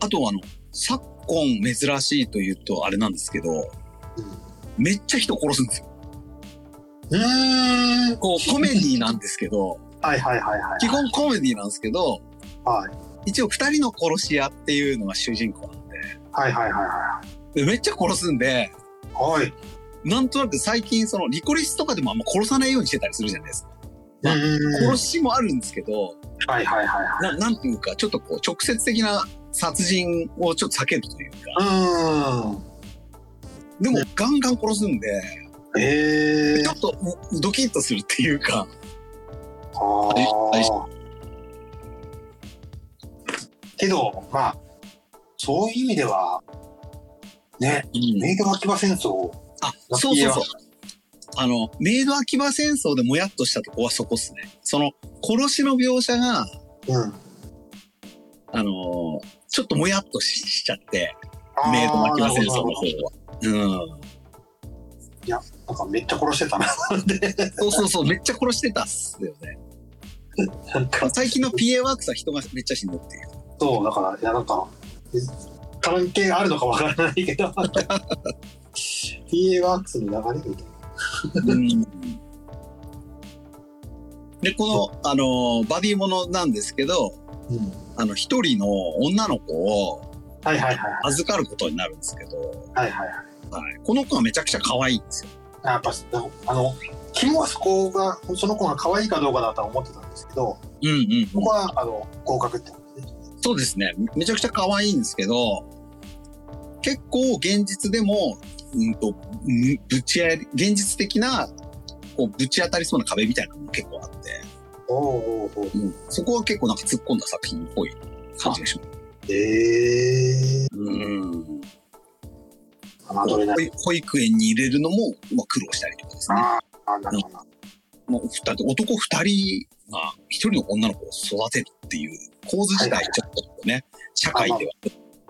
あとはあの、昨今珍しいというとあれなんですけど、めっちゃ人殺すんですよ。
うん。うーん。
こうコメディなんですけ ど、
はいはいはいはい。
基本コメディなんですけど、
はい。
一応二人の殺し屋っていうのが主人公なんで、
はいはいはいは
でめっちゃ殺すんで、
い。はい。
なんとなく最近そのリコリスとかでもあんま殺さないようにしてたりするじゃないですか。まあ
うん
殺しもあるんですけど、
はいはいはいは
な
い。
なんていうか、ちょっとこう直接的な殺人をちょっと避けるというか、
うーん。
でもガンガン殺すんで、
ええ
ちょっとうドキッとするっていうか、
あ
あれ
あ。けど、まあ、そういう意味では、ね、メイド秋葉戦争、
あ、そうそうそう。あの、メイド秋葉戦争でもやっとしたとこはそこっすね。その、殺しの描写が、
うん。
あのーちょっともやっとししちゃって、
あー
メイド巻きは戦争
な
の
るほ
方
ど
は。うん。
なんかめっちゃ殺してたな。
そうそうそう、めっちゃ殺してたっすよね。
なんか、
最近の PA ワークスは人がめっちゃ死ぬっていう。
そう、だから、いや、なんか、関係あるのかわからないけど、PA ワークスの流れみたい
で、この、あのーバディものなんですけど、
な。うん。
あの、一人の女の子を
はいはいはい
預かることになるんですけど、
はい。はいはいはい。
はい、この子がめちゃくちゃ可愛いんですよ
やっぱ、あの、君はそこが、その子が可愛いかどうかだとは思ってたんですけど、
うんうん
僕は、あの、合格ってことね。
そうですね。めちゃくちゃ可愛いんですけど、結構現実でも、うんと、むぶちあり、現実的な、こう、ぶち当たりそうな壁みたいなのも結構あって、
おおお
うん、そこは結構なんか突っ込んだ作品っぽい感じがします。
ええ
うん。
ー。侮れない。
保育園に入れるのも、まあ、苦労したりとかですね。
ああ、なるほどな。
もう二人、男二人が一人の女の子を育てるっていう構図自
は
体
いは
ちょっとね、社会では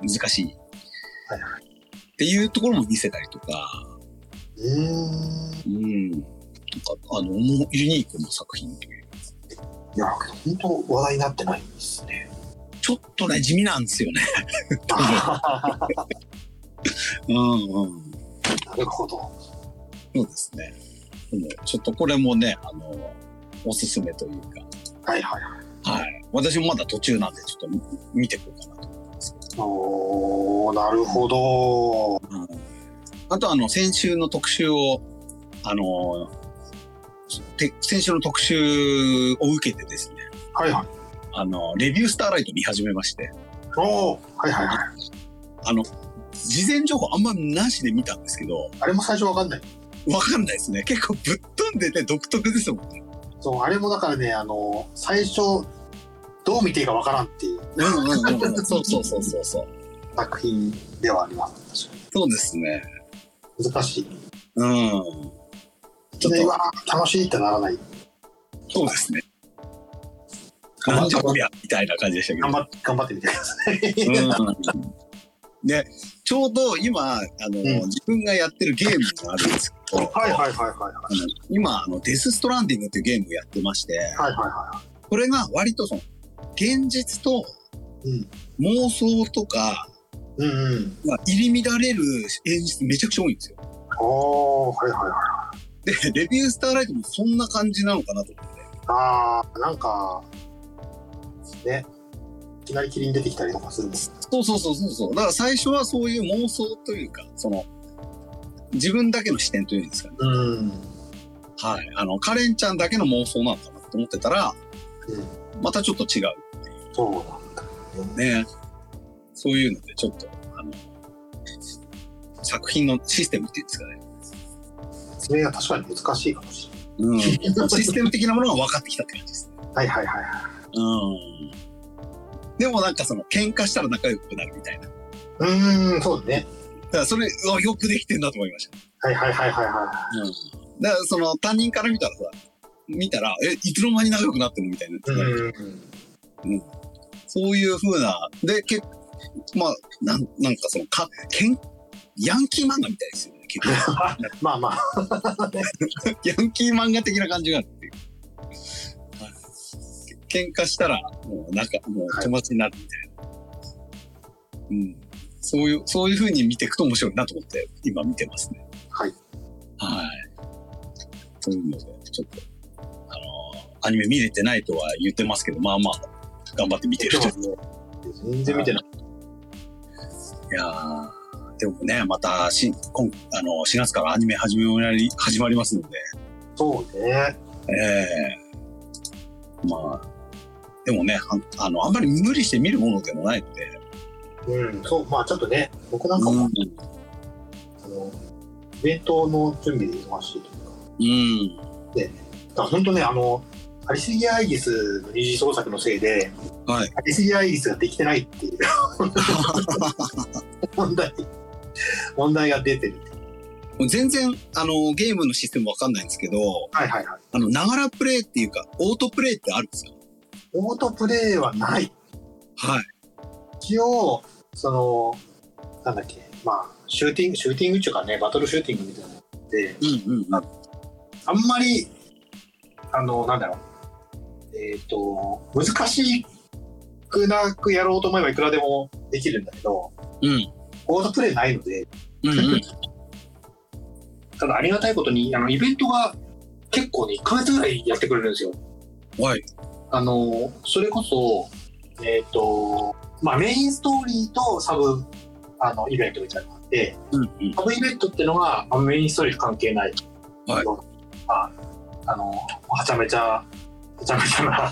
難しい。
は
っ
い
ていうところも見せたりとか、
うーん。
うん。なんか、あの、もうユニークな作品という。
いや、本当話題になってないんですね。
ちょっとね、地味なんですよね。
な
うんうん。
るほど。
そうですね。でもちょっとこれもね、あの、おすすめというか、
はいはいはい。
はい。私もまだ途中なんで、ちょっと見見ていこうかなと思いますけ
おー、なるほど。
ど。うんあと、あの、先週の特集を、あの、て先週の特集を受けてですね、
はいはい。
あの、レビュースターライト見始めまして、
おー、はいはいはい。
あの、事前情報あんまなしで見たんですけど、
あれも最初わかんない。
わかんないですね。結構ぶっ飛んでて独特ですもんね。
そう、あれもだからね、あの、最初、どう見ていいかわからんっていう
うんうんうんうん。 そうそうそうそうそう。
作品ではあります。確か
そうですね。
に難しい。
うん。
ちょっと、うわー楽しいってならない。
そうですね。なんじゃこりゃみたいな感じでしたけど
頑。張って、頑張ってみてくださ
う
い。
んで、ちょうど今、あの、
うん
自分がやってるゲームがあるんですけど、
はいはいはいはい。
あの今あの、デス・ストランディングっていうゲームをやってまして、
はいはいは
これが割とその、現実と
い。うん。
妄想とか、
うんうん。
まあ、入り乱れる演出めちゃくちゃ多いんですよ。
おー、はいはいはい。
で、レビュースターライトもそんな感じなのかなと思って。
あー、なんか、ね。いきなり霧に出てきたりとかするんです。
そうそうそうそうそう。だから最初はそういう妄想というか、その、自分だけの視点というんですかね。
うん。
はい。あの、カレンちゃんだけの妄想なのかなと思ってたら、またちょっと違う。
そうなんだ、ね。
ね、そういうのでちょっと、あの、作品のシステムっていうんですかね。
説明が確かに難しいかもしれ
うん。システム的なものが分かってきたって感じですね。
ない。はいはいはいはい。
うん。でもなんかその、喧嘩したら仲良くなるみたいな。だ
うーん、そうだね。
からそれ、うわよくできてんだと思いました。
はいはいはいはいは
うん。だからその、担任から見たらさ、見たら、え、いつの間に仲良くなってるみたいな。
い。うん。
そういう風な、で、けまあ、なん、なんかその、か、けん、ヤンキー漫画みたいですよね、 結構。
まあまあ、
ヤンキー漫画的な感じがあるっていう。け喧嘩したら、もう仲、もう友達になるみたいな。うん。そういう、そういう風に見ていくと面白いなと思って、今見てますね。
はい。
はい。というので、ちょっと、あのーアニメ見れてないとは言ってますけど、まあまあ、頑張って見てる人。い
全然見てない。
やーでもね、また、し、今、あの、4月からアニメ始まり、始まりますので、
そうね。
ええまあ、でもね、ああの、あんまり無理して見るものでもないので、
うん、そう、まあちょっとね、僕なんか
うん、
も、あの、イベントの準備で忙しいというか、
うん、
だから本当ね、あの、アリスギアイギスの二次創作のせいで、
はい。
アリスギアイギスができてないっていう 問題、問題が出てる。
もう全然、あの、ゲームのシステムわかんないんですけど、
はいはいはい。
あの、ながらプレイっていうか、オートプレイってあるんですか
オートプレイはない。
はい。
一応、その、なんだっけ、まあ、シューティング、シューティングっていうかね、バトルシューティングみたいなので、
うん、うん、うん。
あんまり、あの、なんだろう、えっ、と、難しくなくやろうと思えばいくらでもできるんだけど、
うん、
オートプレイないので、
うん、うん。
ただありがたいことに、あの、イベントが結構ね、1ヶ月ぐらいやってくれるんですよ。
はい。
あの、それこそ、えっ、と、まあ、メインストーリーとサブ、あの、イベントみたいなのがあって、
うん、うん。
サブイベントってのが、あメインストーリーと関係ない。
はい
ああの、はちゃめちゃ、はちゃめちゃな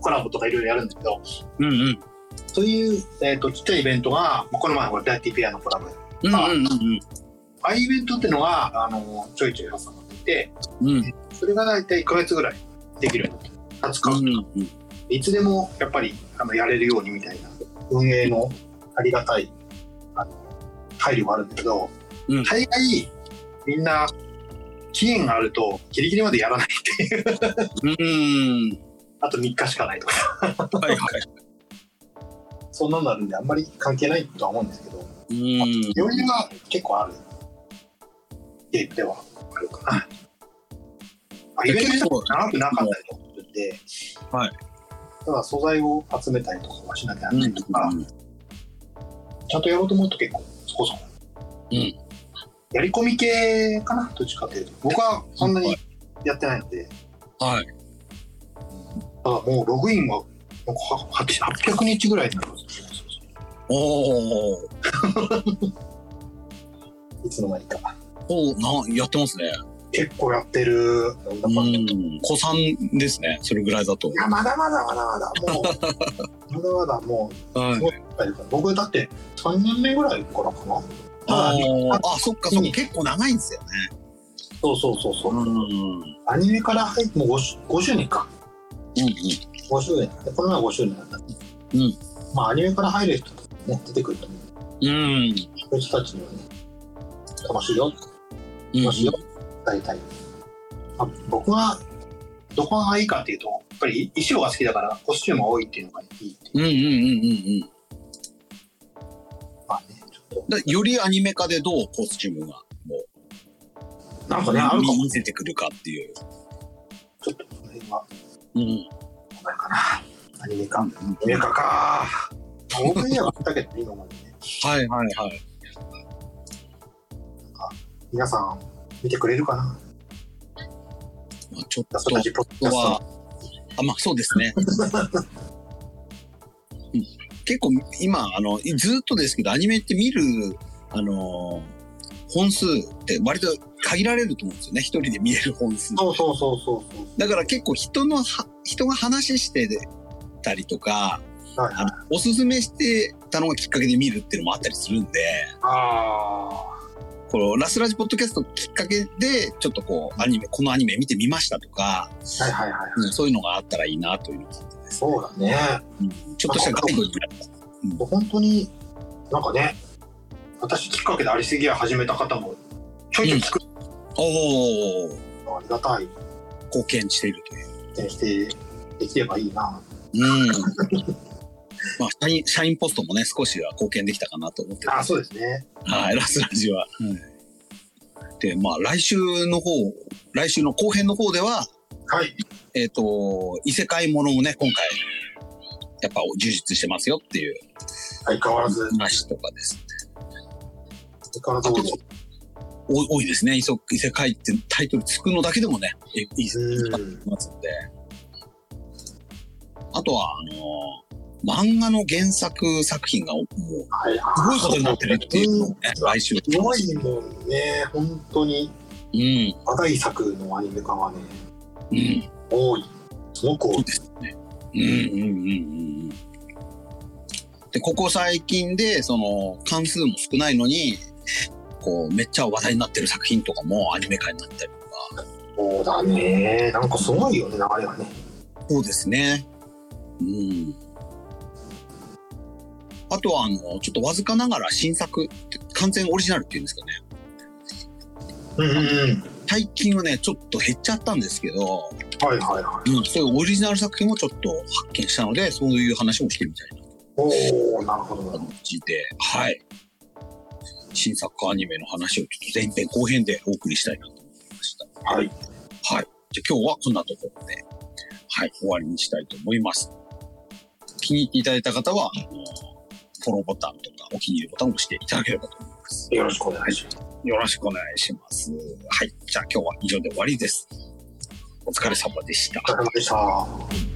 コラボとかいろいろやるんだけど、
うん、うん。
そういう、えっ、と、ちっちゃいイベントが、まあこの前ほら、ダイティペアのコラボ。
うん、うん、うん。
ああいうイベントってのが、あの、ちょいちょい挟まっていて、
うん、うん、
それが大体1ヶ月ぐらいできるようになってる。20日、
うん。
いつでもやっぱり、あの、やれるようにみたいな、運営のありがたい、あの、配慮があるんだけど、
うん
大概、みんな、期限があると、ギリギリまでやらないっていう。
うん。
あと3日しかないとか、
はい、は
そんなのあるんで、あんまり関係ないとは思うんですけど、
い。うん。
余裕が結構あるゲームではあるかな。まあイベント自体も長くなかったりとかするんで、
はい
ただ素材を集めたりとかはしなきゃな
う
ら
ん、
な
う
いとか、
ん。
ちゃんとやろうと思うと結構そこそこ。
うん
やり込み系かな、どっちかっていうと。僕はそんなにやってないので、
はい。
ただもうログインはなんかは800日ぐらいになるんですよね。
おー。
いつの間にか。
おー、な、やってますね。
結構やってる。なんだかんだ
うん。子さんですね。それぐらいだと
い。や、まだまだまだまだ、もう、 まだまだも
はい。
うやりたい、僕だって3年目ぐらいからかな。
あ
あ
ーあ、そっかそっ
うん
か、結構長いんですよね。
そうそうそうそう。
ん。うん
アニメから入って、もう 5, 5周年か。
う
5周年。でこの前5周年だった。
うん。
まあ、アニメから入る人とかね、出てくると思う。
ん。うん。
そういう人たちにはね、楽しいよ、
うん
楽しいよ、大体。まあ、僕は、どこがいいかっていうと、ぱり衣装が好きだからコスチュームが多いっていうのがいいっていう
うんうんうんうんうん。だか
まあねちょっ
らよりアニメ化でどうコスチュームが、も
となんか
う、
ねあるかも
見せてくるかっていう。
ちょっとその辺は
うん。
ないかなアニメかアニメかかオープニングはだけどいいのまでね
はいはいはい。
皆さん見てくれるかな
まあ、ちょっと、
私たちポッドキャスト
は
は、
あ、まあそうですね。うん結構今、あの、ずっとですけど、アニメって見る、あのー本数って割と限られると思うんですよね。一人で見れる本数。
そうそうそうそうそう
だから結構人のは、人が話してたりとか、
はい
あのおすすめしてたのがきっかけで見るっていうのもあったりするんで、
あ
このラスラジポッドキャストきっかけで、ちょっとこう、アニメ、このアニメ見てみましたとか、
あはいはいはいはい
うんそういうのがあったらいいなというのがあってですね。
そうだね
うんちょっとしたガイドになった。
もう本当になんかね私きっかけでアリスギア始めた方もちょいちょい聞く
おお
のはありがたい
貢献しているという。
点してできればいいな
うん。まあ、社員、社員ポストもね、少しは貢献できたかなと思って
あ
ま
あ
す。
そうですね
はい、ラスラジは。で、まあ、来週の方、来週の後編の方では、
はい
えっ、と、異世界ものもね、今回、やっぱ充実してますよっていう
相変わらず
話とかです。
相変わらず多い
お多いですね。異世異世界ってタイトルつくのだけでもね、えいいですね。
うん
ますんで。あとは、あのー漫画の原作作品がもう、す
はい
ごいことになってるっていうのをね、来週。
すごいもんね本当に
うん。
話題作のアニメ化がね
うん。
多いすごく多
そう
い
ですね。うんうんうんうんうん。で、ここ最近で、その、関数も少ないのに、こう、めっちゃ話題になってる作品とかもアニメ化になったりとか。
そうだねなんかすごいよね流れがね
そうですね。うん。あとは、あの、ちょっとわずかながら新作、完全オリジナルっていうんですかね。
うんうんうん
最近はね、ちょっと減っちゃったんですけど、
はいはいはい
うん、そういうオリジナル作品をちょっと発見したので、そういう話もしてみたいな
おおなるほどなるほ
感じで、はい。新作アニメの話をちょっと前編後編でお送りしたいなと思いました。
どはい
じゃあ今日はこんなところで、はい、終わりにしたいと思います。気に入っていただいた方は、あのフォローボタンとかお気に入りボタンを押していただければと思います。
よろしくお願いします
よろしくお願いします。はい、じゃあ今日は以上で終わりです。お疲れ様でした。
お疲れ様でした